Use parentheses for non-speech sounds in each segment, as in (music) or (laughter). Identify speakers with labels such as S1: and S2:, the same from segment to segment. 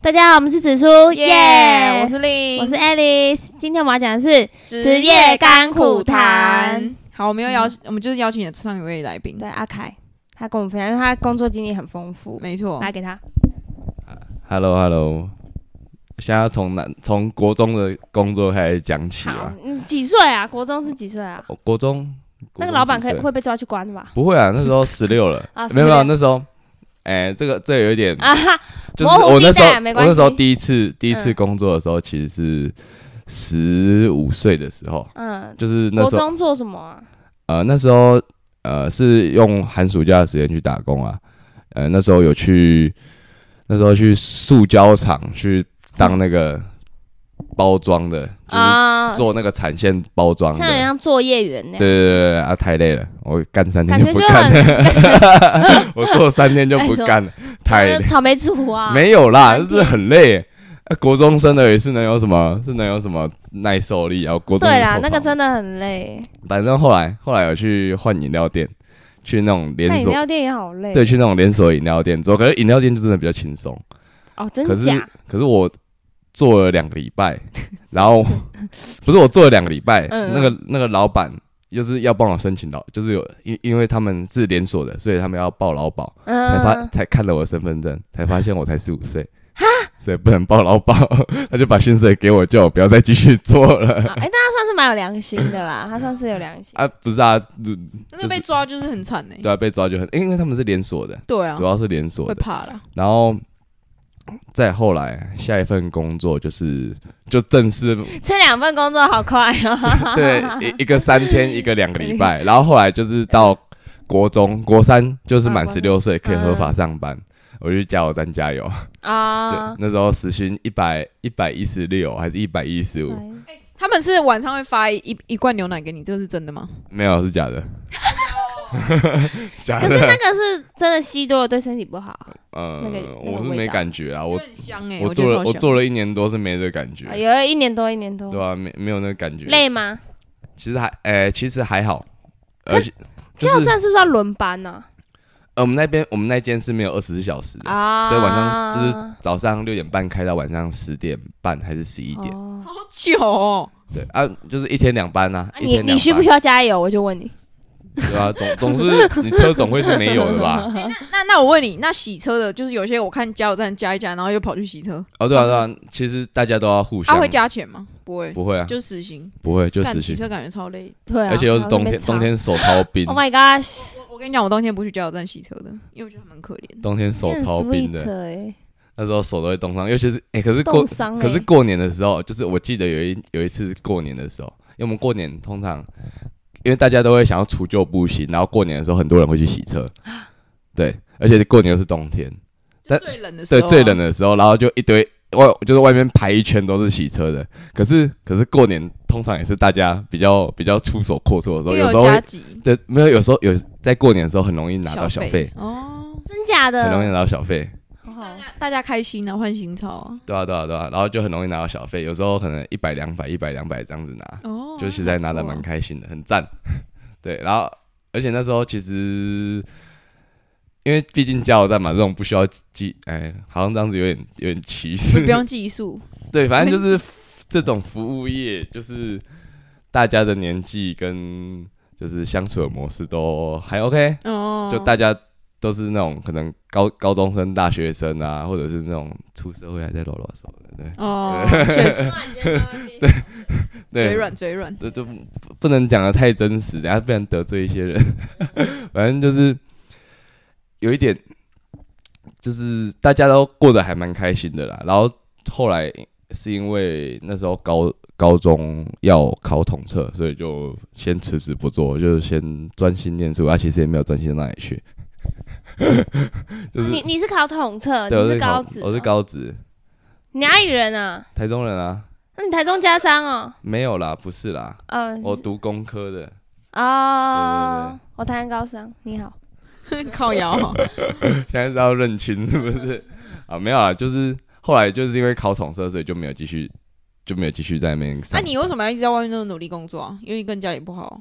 S1: 大家好，我们是紫苏，哦耶、
S2: 我是令，
S1: 我是 Alice。今天我们要讲的是，
S2: 职
S1: 业甘苦谈。嗯
S2: 好，我们要邀，我们就是邀请了上一位来宾，
S1: 对阿凯，他跟我们分享，因为他工作经历很丰富。
S2: 没错，
S1: 来给他，
S3: Hello Hello，现在要从南从国中的工作开始讲起
S1: 好
S3: 吧。，
S1: 嗯，几岁啊？国中是几岁啊？
S3: 哦国中
S1: 那个老板可以
S3: 国中几岁
S1: 会被抓去关吧？
S3: 不会啊？那时候十六了
S1: 啊，
S3: 没有没
S1: 16
S3: 有，那时候哎、这个这有一点，
S1: 啊哈，
S3: 就是
S1: 模糊
S3: 我那
S1: 地
S3: 时
S1: 带
S3: 候
S1: 没
S3: 我
S1: 关系
S3: 那时候第一次第一次
S1: 嗯
S3: 工作的时候，其实是十五岁的时候，
S1: 嗯，
S3: 就是那
S1: 国
S3: 时候
S1: 中做什么啊？
S3: 呃那时候呃是用寒暑假的时间去打工啊，呃那时候有去那时候去塑胶厂去当那个包装的，就是
S1: 啊，
S3: 做那个产线包装的。
S1: 像很
S3: 对
S1: 像作业员那样，
S3: 对对对啊，太累了，我干三天
S1: 感觉
S3: 不
S1: 就
S3: 干
S1: 很哎
S3: 了， (laughs) 我做三天就不干了， (laughs) 太
S1: 像
S3: 累。
S1: 草莓族啊，
S3: 没有啦，
S1: 三
S3: 就
S1: 天
S3: 是很累。啊国中生的也是能有什么？是能有什么耐受力啊？国中
S1: 对
S3: 就
S1: 啦
S3: 受，
S1: 那个
S3: 伤
S1: 真的很累。
S3: 反正后来后来有去换饮料店，去那种
S1: 但
S3: 连
S1: 饮
S3: 锁，
S1: 料店也好累，
S3: 对，去那种连锁饮料店做。可是饮料店就真的比较轻松。
S1: 哦，真
S3: 可是
S1: 假？
S3: 可是我做了两个礼
S1: (laughs)
S3: 拜，然后不是我做了两个礼拜，
S1: 嗯
S3: 那个那个老板就是要帮我申请劳，就是有因因为他们是连锁的，所以他们要报劳保，才发
S1: 嗯，
S3: 才看了我的身份证，才发现我才十五岁。所以不能报劳保， (laughs) 他就把薪水给我，叫我不要再继续做了
S1: (laughs) 啊哎，但他算是蛮有良心的啦，他算是有良心。
S3: 啊！不是啊，
S2: 但是被抓就是很惨哎，
S3: 对啊，被抓就很，因为他们是连锁的，
S1: 哦
S2: 对啊
S3: 主，要是连锁
S2: 会
S3: 的。
S2: 怕了，
S3: 然后再后来，下一份工作就是就
S1: (laughs)
S3: 正式
S1: 这两份工作好快
S3: (laughs)
S1: 哦。
S3: 对，一一个三天，一个两个礼
S1: (laughs)
S3: 拜，然后后来就是到国中国三，就是
S1: 啊
S3: 满
S1: 国
S3: 十
S1: 三
S3: 六岁可以合
S1: 嗯
S3: 法上班。我去加油站加油，对
S1: 啊，，
S3: 那时候时薪一百一百一十六还是一百一十五？
S1: 对
S2: 他们是晚上会发一一一罐牛奶给你，这是真的吗？
S3: 没有，是
S1: (laughs)
S3: 假的。
S1: (laughs)
S3: 假
S1: 可是那
S3: 的，
S1: 个是真的吸多了对身体不好，
S3: 嗯
S1: 那个那个
S3: 我是
S1: 味
S3: 没
S1: 道
S3: 感觉啊，我
S2: 很香哎
S3: 我做了我做了一年多是没这个感觉，
S1: 有了一年多一年多
S3: 啊对，吧？啊没没有那个感觉，
S1: 哎累吗？
S3: 其实还诶，其实还好，
S1: 可
S3: 而且
S1: 加
S3: 就
S1: 油
S3: 是
S1: 站是不是要轮班啊呢？
S3: 呃我们那边我们那间是没有二十四小时的，
S1: 啊，
S3: 所以晚上就是早上六点半开到晚上十点半还是十一点？
S1: 哦。
S2: 好久哦，
S3: 对啊，就是一天两班呐、
S1: 啊
S3: 一
S1: 你
S3: 天两班
S1: 你需不需要加油？我就问你，
S3: 对吧、总总是你车总会是没有的
S1: (laughs)
S3: 吧？
S2: 那那我问你，那洗车的，就是有些我看加油站加一加，然后又跑去洗车，
S3: 哦，对啊，对啊，其实大家都要互相。
S2: 他会加钱吗？不会，
S3: 不会啊，
S2: 就实行。
S3: 不会就
S2: 干
S3: 实
S2: 洗
S3: 行，
S2: 车感觉超累。
S1: 对啊，
S3: 而且又是
S1: 然后在
S3: 冬
S1: 那边
S3: 天，
S1: 擦
S3: 冬。天手超冰
S1: Oh，my gosh，
S2: 我我跟你讲，我冬天不去加油站洗车的，因为我觉得他们很可怜。
S3: 冬天手
S1: 很
S3: 超冰的，
S1: sweet 欸
S3: 那时候手都会冻伤，尤其是哎、可是过
S1: 冻伤
S3: 可是
S1: 欸
S3: 过年的时候，就是我记得有一有一次过年的时候，因为我们过年通常，因为大家都会想要除旧布新，然后过年的时候很多人会去洗车，对，而且过年是冬天，
S2: 就
S3: 但
S2: 最冷的时
S3: 对，
S2: 候、啊
S3: 最冷。的时候，然后就一堆外就是外面排一圈都是洗车的，可是可是过年通常也是大家比较比较出手阔绰的时候，
S2: 又
S3: 有时
S2: 有
S3: 候
S2: 加
S3: 会
S2: 急，
S3: 对没有有时候有在过年的时候很容易拿到小费，
S2: 哦，
S1: 真假的，
S3: 很容易拿到小费。
S1: 好好
S2: (laughs) 大家大家开心啊，换新钞啊，
S3: 对啊，对啊，对啊，然后就很容易拿到小费，有时候可能一百、两百、一百、两百这样子拿，
S2: 哦，
S3: 就其实还拿的蛮开心的，很赞。 (laughs) 对，然后而且那时候其实，因为毕竟加油站嘛，这种不需要记，哎，好像这样子有点有点歧
S2: 不
S3: 视。
S2: 啊
S3: (laughs)
S2: 不用技术，
S3: 对，反正就是这种服务业，就是大家的年纪跟就是相处的模式都还 OK，
S2: 哦，
S3: 就大家都是那种可能高高中生、大学生啊，或者是那种出社会还在啰啰嗦的， (laughs) 对
S2: 哦，确实
S3: 对，
S2: 嘴软嘴
S3: (laughs)
S2: 软，
S3: 这就不不能讲的太真实，等下不然得罪一些人。 (laughs) 反正就是有一点，就是大家都过得还蛮开心的啦。然后后来是因为那时候高高中要考统测，所以就先辞职不做，就是先专心念书。啊，其实也没有专心到哪里去，就是
S1: 你你是考统测，
S3: 对，
S1: 啊你
S3: 我是
S1: 高
S3: 考
S1: 职，
S3: 我是，高职，
S1: 你哪里人啊？
S3: 台中人啊，
S1: 那你台中加三哦，
S3: 没有啦，不是啦，
S1: 嗯，
S3: 我读工科的。对对
S1: 哦
S3: 对，
S1: 我台南高三，你好，
S2: 靠啊摇，
S3: 现在是要认清是不是？ (laughs) 啊，没有啦，就是后来就是因为考统测，所以就没有继续就没有继续在那边
S2: 那
S3: 上。
S2: 你为什么要一直在外面那么努力工作啊？因为跟家里不好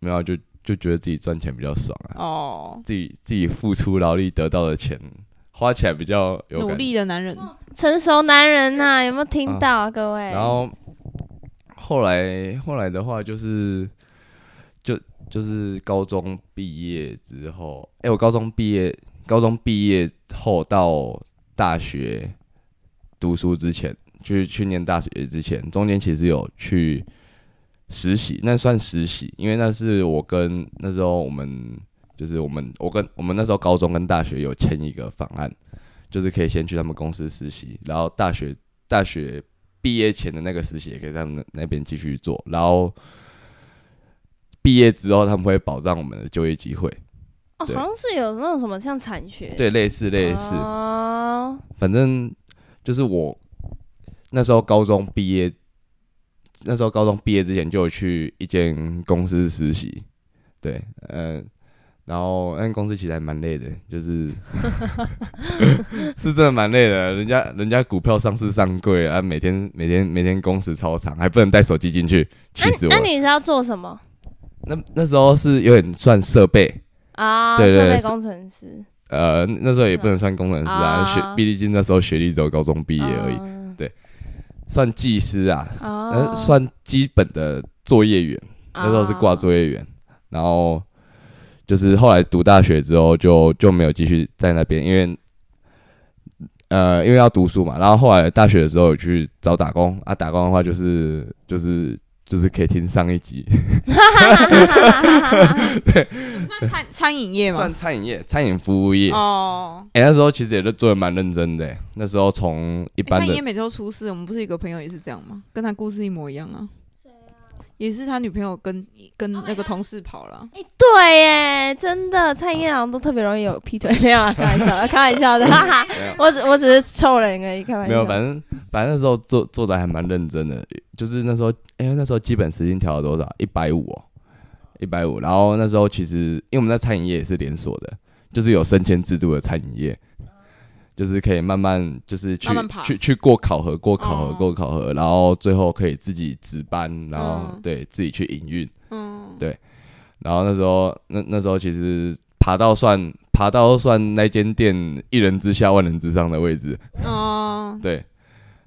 S3: 没有啊就就觉得自己赚钱比较爽啊，
S2: 哦。
S3: 自己自己付出劳力得到的钱花起来比较有
S2: 努
S3: 感觉。
S2: 力的男人，
S3: 哦
S1: 成熟男人呐、有没有听到、啊、各位？
S3: 然后后来后来的话就是，就就是高中毕业之后，哎、我高中毕业，高中毕业后到大学读书之前，去去念大学之前，中间其实有去实习，那算实习，因为那是我跟那时候我们就是我们我跟我们那时候高中跟大学有签一个方案。就是可以先去他们公司实习，然后大学大学毕业前的那个实习也可以在他们那那边继续做，然后毕业之后他们会保障我们的就业机会，
S1: 哦，好
S3: 对
S1: 像是有那种什么像产学，
S3: 对，类似类似，
S1: 哦，
S3: 反正就是我那时候高中毕业，那时候高中毕业之前就有去一间公司实习，对，呃，然后那间公司其实还蛮累的，就是
S1: (laughs)
S3: (laughs) 是真的蛮累的，人家人家股票上市上柜啊，每天每天每天工时超长，还不能带手机进去，气死我
S1: 啊那、
S3: 了！
S1: 你是要做什么
S3: 那那时候是有点算设备，
S1: 啊？
S3: 对对
S1: 设备
S3: 是
S1: 工程师，
S3: 呃，那时候也不能算工程师啊，
S1: 啊哦
S3: 学毕竟那时候学历只有高中毕业而已，
S1: 已。
S3: 算技师啊，
S1: 哦
S3: 那，算基本的作业员，
S2: 哦
S3: 那时候是
S1: (laughs)
S3: 挂
S1: 啊
S3: 作业员，然后就是后来读大学之后就就没有继续在那边，因为呃因为要读书嘛，然后后来大学的时候有去找打工啊，打工的话就是就是就是可以听上一集，
S2: 算餐 (laughs) 餐饮业
S3: 算
S2: 嘛？
S3: 餐饮业、餐饮服务业，哎、
S2: 哦，
S3: 那时候其实也是做的蛮认真的、那时候从一
S2: 欸
S3: 般
S2: 餐饮
S3: 的
S2: 业每次都出事，我们不是有一个朋友也是这样吗？跟他故事一模一样啊。也是他女朋友跟跟那个同事跑了，
S1: 哎、对耶，真的，蔡英文好像都特别容易有劈腿，没有啊，开玩笑的，开玩 (laughs) 笑的，哈哈
S3: 没有，
S1: 我只我只是凑人而已，开玩笑。
S3: 没有，反正反正那时候做做的还蛮认真的，就是那时候，哎、那时候基本时薪调了多少？一百五哦，一百五。然后那时候其实，因为我们在餐饮业也是连锁的，就是有升迁制度的餐饮业，就是可以慢慢就是去
S2: 慢慢爬
S3: 去去过考核，过考核，
S2: 哦
S3: 过考核，然后最后可以自己值班，然后、
S2: 嗯
S3: 对自己去营运。
S2: 嗯，
S3: 然后那时候，那那时候其实爬到算爬到算那间店一人之下万人之上的位置，
S2: (laughs) 哦，
S3: 对，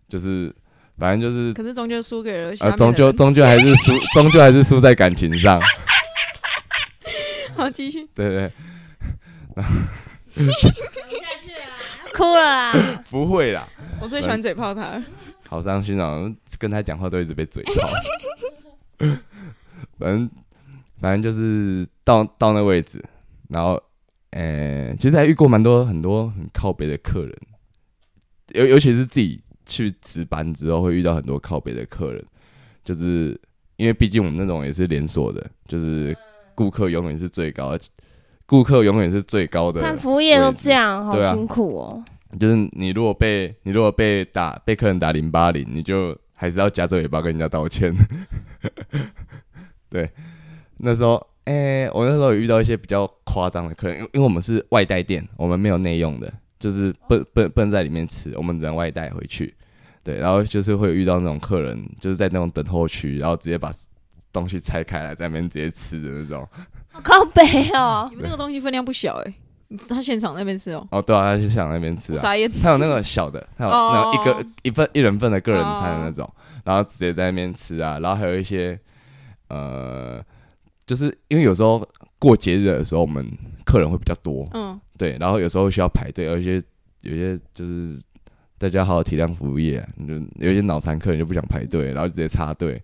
S3: 就是反正就是
S2: 可是终究输给了下
S3: 呃，
S2: 面
S3: 终
S2: 的
S3: 究
S2: 人。
S3: 终究还是输，终究还是输在感情上，
S2: (laughs)
S3: (laughs)
S2: 好，继续。
S3: 对对对，
S1: 哭了 (laughs) 啊！
S3: 不会啦，
S2: 我最喜欢嘴炮他了，
S3: 好伤心哦，跟他讲话都一直被嘴炮， (laughs) 反正反正就是到到那位置，然后呃，其实还遇过蛮多很多很靠北的客人，尤尤其是自己去值班之后会遇到很多靠北的客人，就是因为毕竟我们那种也是连锁的，就是顾客永远是最高的，顾客永远是最高的，
S1: 看服务业都这样，好
S3: 对啊
S1: 辛苦哦。
S3: 就是你如果被你如果被打被客人打零八零，你就还是要夹着尾巴跟人家道歉。 (laughs) 对，那时候，哎、我那时候有遇到一些比较夸张的客人，因为因为我们是外带店，我们没有内用的，就是不不不能在里面吃，我们只能外带回去。对，然后就是会有遇到那种客人，就是在那种等候区，然后直接把东西拆开来，在那边直接吃的那种。
S1: 好靠北哦
S2: 你，们那个东西分量不小哎、他现场那边吃哦、
S3: 哦，对啊，他就想那边吃
S2: 我
S3: 啊。
S2: 傻眼。
S3: 他有那个小的，他有那种一个、
S2: 哦
S3: 一份一人份的个人餐的那种，然后直接在那边吃啊，然后还有一些呃，就是因为有时候过节日的时候，我们客人会比较多，
S2: 嗯，
S3: 对，然后有时候需要排队，有一些有一些就是大家好好体谅服务业，你就有一些脑残客人就不想排队，然后就直接插队，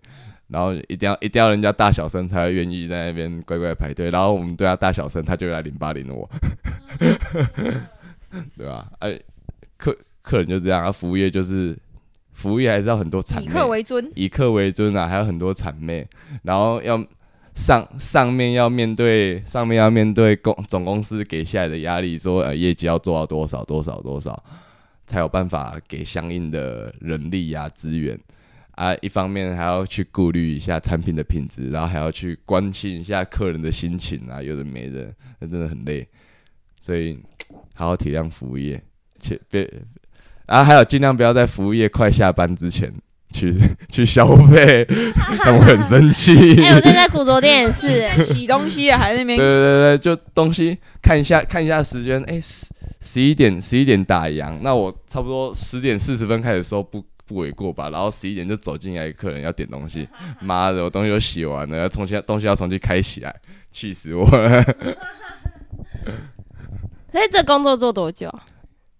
S3: 然后一定要一定要人家大小声才会愿意在那边乖乖排队，然后我们对他大小声，他就会来零八零我，对吧、哎、客客人就这样，啊，服务业就是服务业还是要很多
S2: (laughs)
S3: 谄
S2: 以
S3: 媚，
S2: 客为
S1: 嗯
S2: 尊，
S3: 以客为尊啊，还有很多谄媚，然后要上上面要面对上面要面对公总公司给下来的压力，说呃业绩要做到多少多少多少，才有办法给相应的人力啊资源啊。一方面还要去顾虑一下产品的品质，然后还要去关心一下客人的心情啊，有的没的，那真的很累。所以好好体谅服务业，且别啊，还有尽量不要在服务业快下班之前去 (laughs) 去消
S1: (laughs)
S3: 费，他们会很生气。
S1: 哎、我最近在古着店也是、哎
S2: 洗东西啊还在那
S3: 对对
S2: 边
S3: 对对，就东西看一下看一下时间，哎、十十一点十一点打烊，那我差不多十点四十分开始收不不为过吧。然后十一点就走进来客人要点东
S1: (laughs)
S3: 西，妈的，我东西都洗完了，要重新东西要重新开起来，气死我
S1: (laughs)
S3: 了。
S1: 所以这工作做多久啊？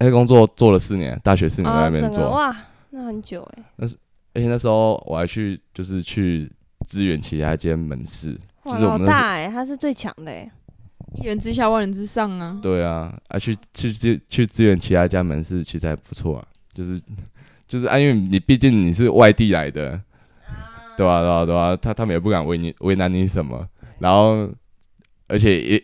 S3: 那哎工作做了四年，大学四嗯年在那
S1: 啊，
S3: 边
S1: 整
S3: 做，
S1: 个哇，那很久哎、
S3: 而且那时候我还去就是去支援其他间门市，就
S1: 哇，
S3: 是我
S1: 老
S3: 们那时候
S1: 大哎、他是最强的哎、
S2: 一人之下，万人之上啊！
S3: 对啊，啊去去支去支援其他家门市，其实还不错啊。就是就是啊，因为你毕竟你是外地来的，对吧、对吧、对吧、他他们也不敢为你为难你什么。然后，而且也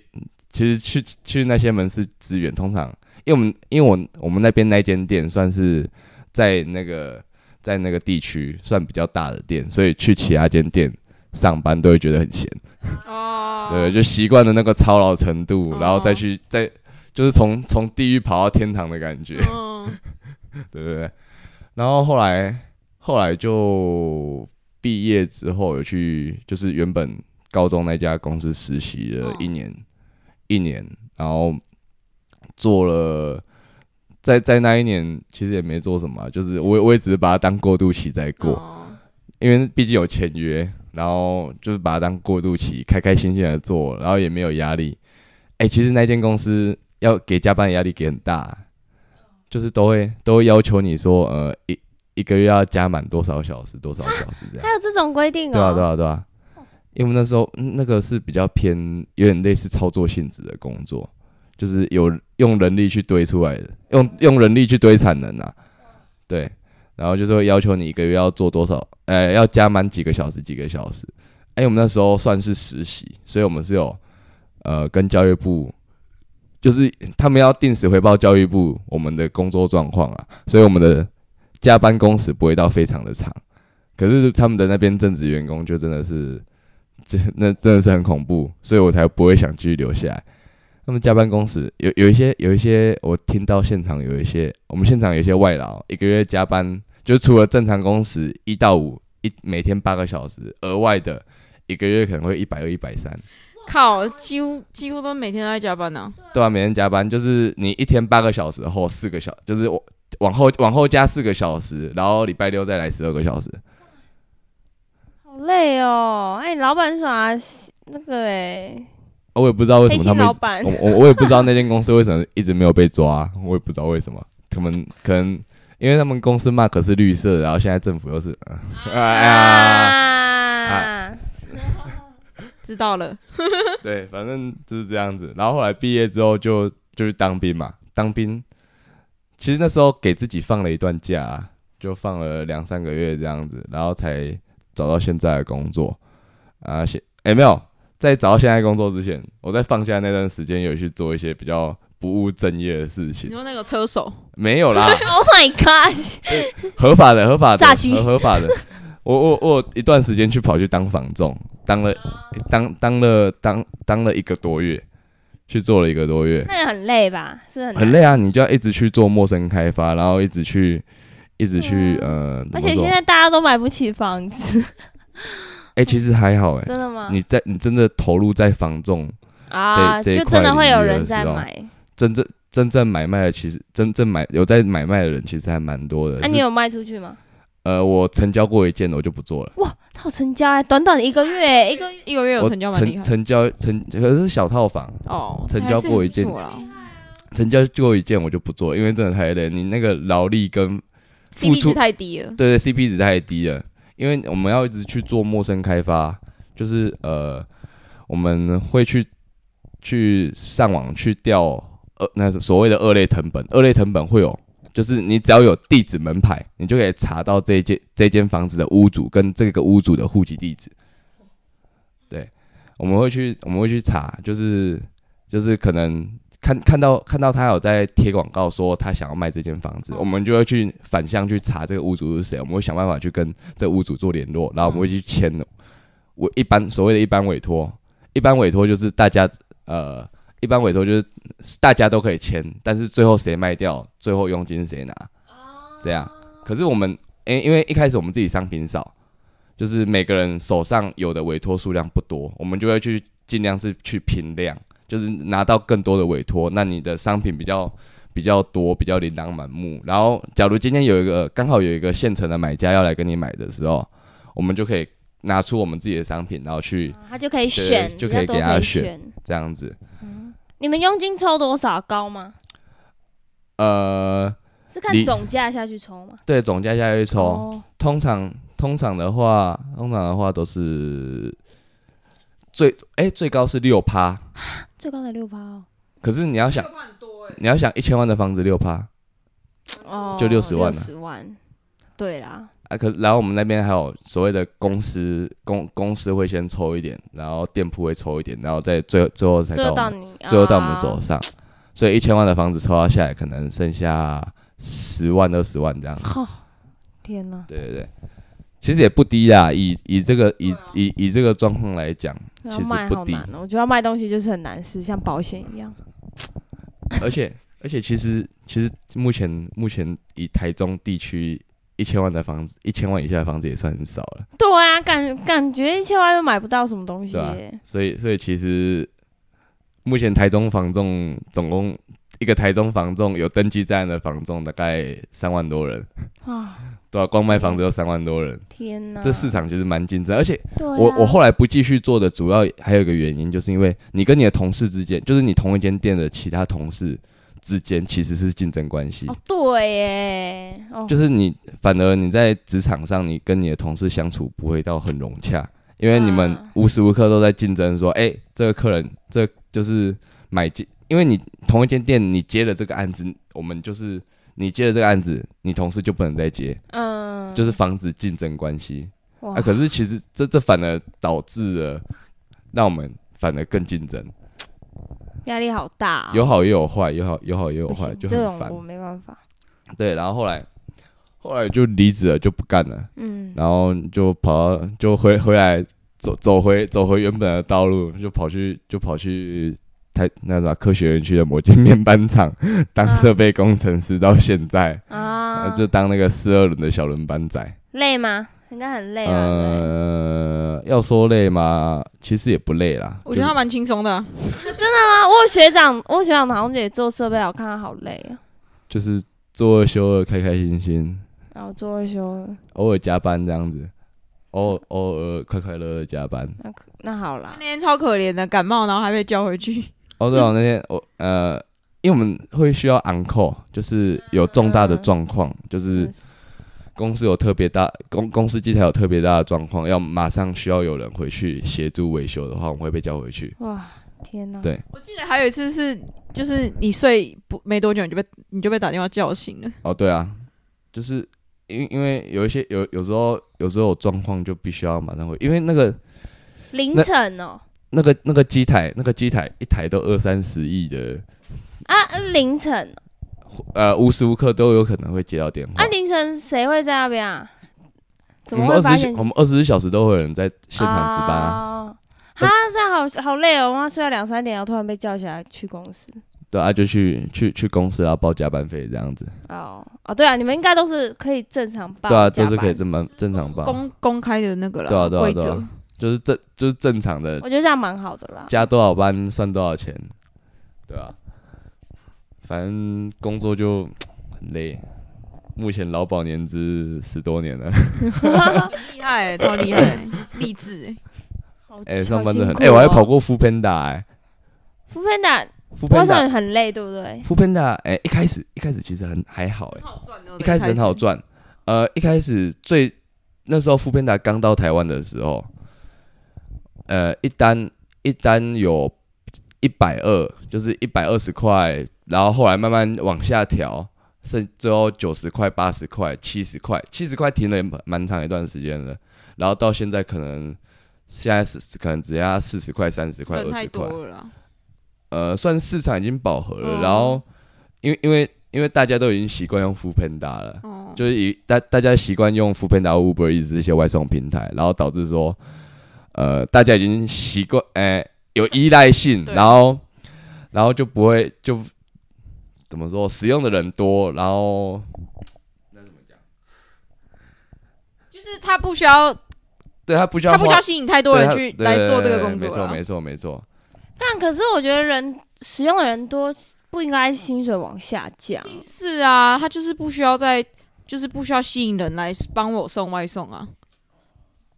S3: 其实去去那些门市支援，通常因为我们因为我我们那边那间店算是在那个在那个地区算比较大的店，所以去其他间店上班都会觉得很闲。
S2: 哦
S3: 对，，就习惯了那个操劳程度，
S2: 哦
S3: 然后再去再就是从从地狱跑到天堂的感觉， (laughs)
S2: 嗯，
S3: 对不对？然后后来后来就毕业之后有去，就是原本高中那家公司实习了
S2: 哦
S3: 一年，一年，然后做了。在在那一年，其实也没做什么啊、就是我也我也只是把它当过渡期在过，
S2: 哦
S3: 因为毕竟有签约，然后就是把它当过渡期，开开心心的做，然后也没有压力。哎、其实那间公司要给加班的压力给很大，就是都会都会要求你说，呃，一一个月要加满多少小时，多少小时这样
S1: 还。有这种规定哦、
S3: 对啊，对啊，对啊。因为我们那时候、嗯那个是比较偏有点类似操作性质的工作，就是有用人力去堆出来的，用用人力去堆产能啊。对，然后就是会要求你一个月要做多少，呃，要加满几个小时，几个小时。哎、我们那时候算是实习，所以我们是有呃跟教育部，就是他们要定时回报教育部我们的工作状况啊，所以我们的加班工时不会到非常的长。可是他们的那边正职员工就真的是， (laughs) 就那真的是很恐怖，所以我才不会想继续留下来。他们加班工时有有一些有一些，我听到现场有一些，我们现场有一些外劳一个月加班，就是除了正常工时一到五一每天八个小时，额外的一个月可能会一百二一百三，
S2: 靠，几乎几乎都每天都在加班呢。
S3: 对啊，每天加班就是你一天八个小时后四个小，就是我往后往后加四个小时，然后礼拜六再来十二个小时，
S1: 好累哦、哎、老板耍那个哎、
S3: 啊我也不知道为什
S1: 黑
S3: 么他
S1: 心
S3: 们一直
S1: 老板
S3: 我我我也不知道那间公司为什么一直没有被抓，我也不知道为什么，他们可能因为他们公司 mark 是绿色的，然后现在政府又是，哎呀，
S1: 啊，
S2: 知道了，
S3: 对，反正就是这样子。然后后来毕业之后就就去当兵嘛，当兵其实那时候给自己放了一段假、啊，就放了两三个月这样子，然后才找到现在的工作啊。现哎、没有，在找到现在工作之前，我在放假那段时间有去做一些比较不务正业的事情
S2: 你。说那个车手，
S3: 没有啦，
S1: Oh my god！
S3: 合法的，合法的，
S1: 诈欺
S3: 合合法的。我我我有一段时间去跑去当房仲，当了当当了当当了一个多月，去做了一个多月，
S1: 那个很累吧？是不是很
S3: 很
S1: 累。
S3: 累啊！你就要一直去做陌生开发，然后一直去一直去、
S1: 对啊
S3: 呃，
S1: 而
S3: 怎么
S1: 且
S3: 说
S1: 现在大家都买不起房子，
S3: 哎、其实还好哎、
S1: 真的吗？
S3: 你在你真的投入在房仲，
S1: 啊，
S3: 这这一
S1: 就
S3: 块
S1: 真的会有
S3: 领域的
S1: 人在
S3: 时候
S1: 买。
S3: 真正真正买卖的，其实真正买有在买卖的人其实还蛮多的。
S1: 那、你
S3: 是
S1: 有卖出去吗？
S3: 呃，我成交过一件，我就不做了。
S1: 哇，套成交哎、短短一个月、一个月
S2: 一个月有
S3: 我
S2: 成交蛮厉
S3: 成
S2: 害
S3: 成交成可是小套房，
S2: 哦，
S3: 成交过一件
S2: 还是很不错啦
S3: 成交过一件我就不做，因为真的太累，你那个劳力跟付
S2: CP
S3: 出
S2: 值太低了。
S3: 对对 CP 值太低了，因为我们要一直去做陌生开发，就是呃，我们会去去上网去调呃那是所谓的二类藤本，二类藤本会有。就是你只要有地址门牌，你就可以查到这一间这间房子的屋主跟这个屋主的户籍地址。对，我们会去我们会去查，就是就是可能看看到看到他有在贴广告说他想要卖这间房子，我们就会去反向去查这个屋主是谁，我们会想办法去跟这屋主做联络，然后我们会去签我一般所谓的一般委托，一般委托就是大家呃，一般委托就是大家都可以签，但是最后谁卖掉，最后佣金谁拿，这样。可是我们因因为一开始我们自己商品少，就是每个人手上有的委托数量不多，我们就会去尽量是去拼量，就是拿到更多的委托。那你的商品比较比较多，比较琳琅满目。然后，假如今天有一个刚好有一个现成的买家要来跟你买的时候，我们就可以拿出我们自己的商品，然后去
S1: 他就可以选，
S3: 对就
S1: 比较
S3: 可以
S1: 多
S3: 给他
S1: 可以
S3: 选
S1: 选。
S3: 这样子。
S1: 你们佣金抽多少高吗？
S3: 呃，
S1: 是看
S3: 你
S1: 总价下去抽吗？
S3: 对，总价下去抽，
S1: 哦，
S3: 通常通常的话，通常的话都是最哎、最高是六趴，
S1: 最高才六趴哦。
S3: 可是你要想
S2: 很多哎，
S3: 你要想一千万的房子六趴
S1: 哦，
S3: 就60万
S1: 六
S3: 啊
S1: 十万，对啦，
S3: 啊，可然后我们那边还有所谓的公司公公司会先抽一点，然后店铺会抽一点，然后再最后最后才
S1: 最
S3: 到
S1: 后
S3: 我
S1: 到
S3: 们
S1: 你，
S3: 最后到我们
S1: 啊
S3: 手上，所以一千万的房子抽到下来，可能剩下十万二十万这样。
S1: 哦天哪！
S3: 对对对，其实也不低啦，以以这个
S1: 嗯
S3: 以以以这个状况来讲，
S1: 要
S3: 其实
S1: 卖
S3: 不
S1: 好
S3: 低
S1: 难哦，我觉得要卖东西就是很难事，像保险一样。
S3: 而且而且其实其实目前目前以台中地区一千万的房子，一千万以下的房子也算很少了，
S1: 对啊，感感觉一千万都买不到什么东西
S3: 对吧、
S1: 耶。
S3: 所以所以其实目前台中房仲总共一个台中房仲有登记在案的房仲大概三万多人，
S1: 啊，
S3: 对吧、光卖房子有三万多人，
S1: 天哪！
S3: 这市场其实蛮竞争，而且
S1: 啊对啊，
S3: 我我后来不继续做的主要还有一个原因，就是因为你跟你的同事之间，就是你同一间店的其他同事之间其实是竞争关系。
S1: 哦对耶，哦
S3: 就是你反而你在职场上，你跟你的同事相处不会到很融洽，因为你们
S1: 啊
S3: 无时无刻都在竞争，说，哎、这个客人，这就是买进，因为你同一间店，你接了这个案子，我们就是你接了这个案子，你同事就不能再接，
S1: 嗯，
S3: 就是防止竞争关系。
S1: 哇
S3: 啊，可是其实这这反而导致了让我们反而更竞争，
S1: 压力好大哦，
S3: 有好也有坏，有好有好也有
S1: 不
S3: 坏，
S1: 行，
S3: 就
S1: 这
S3: 很
S1: 种
S3: 烦
S1: 我。没办法。
S3: 对，然后后来后来就离职了，就不干了。
S1: 嗯，
S3: 然后就跑到就回回来走走回走回原本的道路，就跑去就跑去台那啥科学园区的某间 (laughs) 面板厂当
S1: 啊
S3: 设备工程师，到现在、
S1: 啊，
S3: 呃就当那个四二轮的小轮班仔。
S1: 累吗？应该很累啊吧？对不
S3: 呃，要说累吗？其实也不累啦。
S2: 我觉得他
S3: 就是
S2: 蛮轻松的啊，
S1: 对啊，我有学长，我有学长好像也做设备，我看他好累啊，
S3: 就是做二休二，开开心心，
S1: 然后做维修，
S3: 偶尔加班这样子，偶尔偶尔快快乐乐加班。
S1: 那好
S2: 他
S1: 啦
S3: 啊
S2: 那，天超可怜的，感冒然后还被叫回去，
S3: 哦，对哦，
S1: 嗯
S3: 那天我呃，因为我们会需要 uncle，就是有重大
S1: 啊
S3: 的状况，就是公司有特别大公公司机台有特别大的状况，要马上需要有人回去协助维修的话，我们会被叫回去。
S1: 哇，天哪！
S3: 对
S2: 我记得还有一次是，就是你睡不没多久，你就被你就被打电话叫醒了。
S3: 哦，对啊，就是因因为有一些有有时候有时候有状况就必须要马上回，因为那个
S1: 凌
S3: 那
S1: 晨哦，
S3: 那个那个机台那个机台一台都二三十亿的，
S1: 啊，凌晨
S3: 呃，无时无刻都有可能会接到电话。
S1: 啊，凌晨谁会在那边啊？怎
S3: 我
S1: 么会
S3: 们二
S1: 发
S3: 十
S1: 现
S3: 小我们二十四小时都会有人在现场值班啊。
S1: 啊？他这样好好累哦，我妈睡到两三点，然后突然被叫起来去公司。
S3: 对啊，就去去去公司然后报加班费这样子，
S1: 哦哦，对啊，你们应该都是可以正常报
S3: 对啊，
S1: 加班，
S3: 都是可以正常正常报，
S2: 公公开的那个
S3: 对啊
S2: 啦，
S3: 对啊
S2: 规
S3: 对
S2: 则
S3: 啊就是正就是正常的
S1: 我觉得这样蛮好的啦。
S3: 加多少班算多少钱，对啊，反正工作就很累，目前劳保年资十多年了，
S1: 哦
S2: 厉害欸，超厉害
S3: (laughs)
S2: 欸，励志欸。
S1: 好
S3: 哎、
S1: 好
S3: 上班
S1: 辛
S3: 真的很
S1: 苦
S3: 哎、我还
S1: 哦
S3: 跑过 f o o p a n d a 哎、
S1: 福片打，
S3: f o
S1: 为
S3: o p a
S1: 什
S3: n d a
S1: 么很累，对不对？
S3: f o o p a n d a 哎、一开始一开始其实很还好哎、
S2: 好赚哦
S3: 一开始很好。赚，呃，一开始最那时候富片达刚到台湾的时候，呃，一单一单有一百二，就是一百二十块，然后后来慢慢往下调，剩最后九十块、八十块、七十块，七十块停了也蛮蛮长一段时间了，然后到现在可能现在是可能只剩下四十块、三十块、
S2: 人
S3: 二
S2: 太
S3: 十块
S2: 多，了啦，
S3: 呃，算市场已经饱和了，
S2: 嗯
S3: 然后因为因为因为大家都已经习惯用富片达了。
S2: 哦，
S3: 就是以大大家习惯用 f o o p a n d a Uber Eats 这些外送平台，然后导致说，呃，大家已经习惯，哎、有依赖性，
S2: 对
S3: 然后，然后就不会就怎么说，使用的人多，然后
S2: 就是他不需要，
S3: 对他不需要
S2: 他
S3: 花，
S2: 不需要吸引太多人去
S3: 对他
S2: 来
S3: 对
S2: 做这个
S3: 对
S2: 工作
S3: 没错，
S2: 啦。
S3: 没错，没错。
S1: 但可是我觉得人使用的人多，不应该薪水往下降。
S2: 是啊，他就是不需要再，就是不需要吸引人来帮我送外送啊，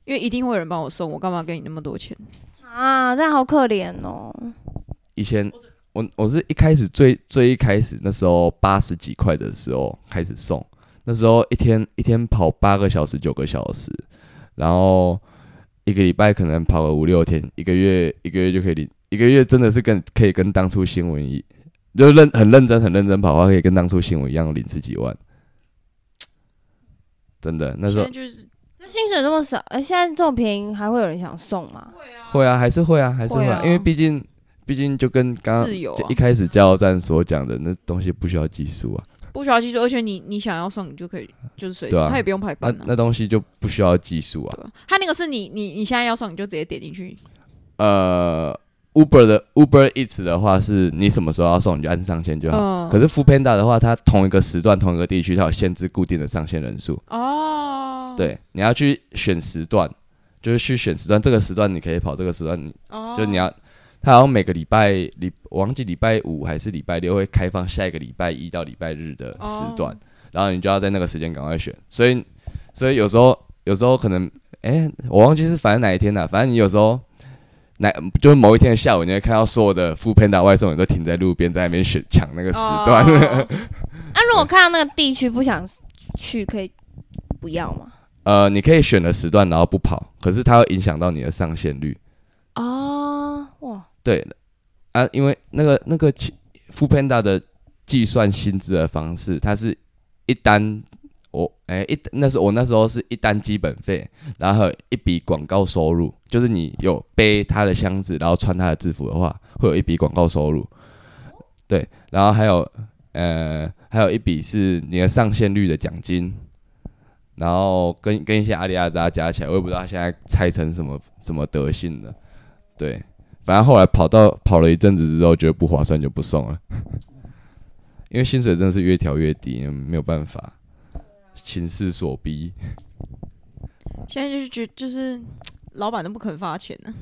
S2: 因为一定会有人帮我送，我干嘛给你那么多钱？
S1: 啊，这样好可怜哦。
S3: 以前我我是一开始最最一开始那时候八十几块的时候开始送，那时候一天一天跑八个小时九个小时，然后一个礼拜可能跑个五六天，一个月一个月就可以领，一个月真的是跟可以跟当初新闻一就认很认真很认真跑的话，可以跟当初新闻一样领十几万，真的那时
S2: 现
S3: 候
S2: 在就是
S1: 那薪水这么少，呃，现在这么便宜，还会有人想送吗？
S3: 会啊，还是会啊，还是会、
S2: 会
S3: 啊，
S2: 啊
S3: 因为毕竟毕竟就跟刚刚
S2: 自由啊
S3: 就一开始加油站所讲的那东西不需要技术啊。
S2: 不需要技术，而且你你想要送你就可以，就是随时，
S3: 对啊
S2: 他也不用排
S3: 那
S2: 班啊。
S3: 那东西就不需要技术啊
S2: 对。啊他那个是你你你现在要送你就直接点进去，
S3: 呃，Uber 的 Uber Eats 的话，是你什么时候要送你就按上限就好。
S2: 嗯，
S3: 啊可是 Foodpanda 的话，它同一个时段、同一个地区，它有限制固定的上限人数。
S2: 哦，，
S3: 对，你要去选时段，就是去选时段，这个时段你可以跑，这个时段你
S2: 哦，
S3: 就你要。它好像每个礼拜礼，我忘记礼拜五还是礼拜六会开放下一个礼拜一到礼拜日的时段，
S2: 哦
S3: 然后你就要在那个时间赶快选。所以，所以有时候有时候可能，哎、我忘记是反正哪一天了、反正你有时候哪就是某一天的下午，你会看到所有的副 panda 外送员都停在路边，在那边选抢那个时段。
S2: 哦
S1: 啊，如果看到那个地区不想去，可以不要吗？
S3: (laughs) 呃，你可以选了时段，然后不跑，可是它会影响到你的上线率。
S1: 啊，哇，
S3: 对啊，因为那个那个副 panda 的计算薪资的方式，它是一单。我哎、一那时候我那时候是一单基本费，然后还有一笔广告收入，就是你有背他的箱子，然后穿他的制服的话，会有一笔广告收入。对，然后还有呃，还有一笔是你的上线率的奖金，然后跟跟一些阿里阿扎加起来，我也不知道他现在拆成什么什么德性了。对，反正后来跑到跑了一阵子之后，觉得不划算就不送了， (laughs) 因为薪水真的是越调越低，没有办法，情势所逼。
S2: 现在就是觉就是老板都不肯发钱呢、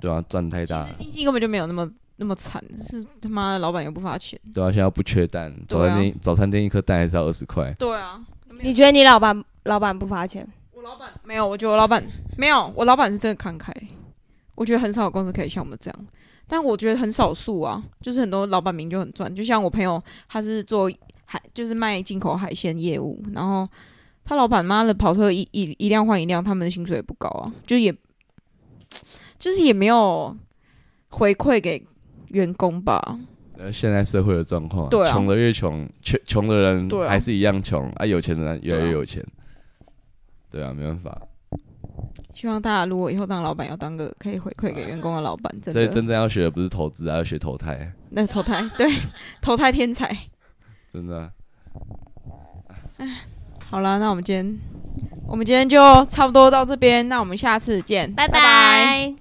S3: 对啊，赚太大了
S2: 啊，，经济根本就没有那么那么惨，是他妈的老板又不发钱。
S3: 对啊，现在不缺蛋，
S2: 对
S3: 早
S2: 啊
S3: 餐店、早餐店一颗蛋还是要二十块，
S2: 对啊，
S1: 你觉得你老板老板不发钱？
S2: 我老板没有，我觉得我老板没有，我老板是真的慷慨。我觉得很少有公司可以像我们这样，但我觉得很少数啊，就是很多老板名就很赚。就像我朋友，他是做海，就是卖进口海鲜业务，然后他老板妈的跑车一一一辆换一辆，他们的薪水也不高啊，就也就是也没有回馈给员工吧。
S3: 呃，现在社会的状况、
S2: 对啊
S3: 穷的越穷，穷穷的人
S2: 对啊
S3: 还是一样穷，啊，有钱的人越来
S2: 对啊
S3: 越有钱。对啊，没办法，
S2: 希望大家如果以后当老板，要当个可以回馈给员工的老板，真
S3: 所以
S2: 的。
S3: 真正要学的不是投资啊，要学投胎，
S2: 那投胎，对，投胎天才。
S3: 真的啊。
S2: 好了，那我们今天，我们今天就差不多到这边，那我们下次见，
S1: 拜拜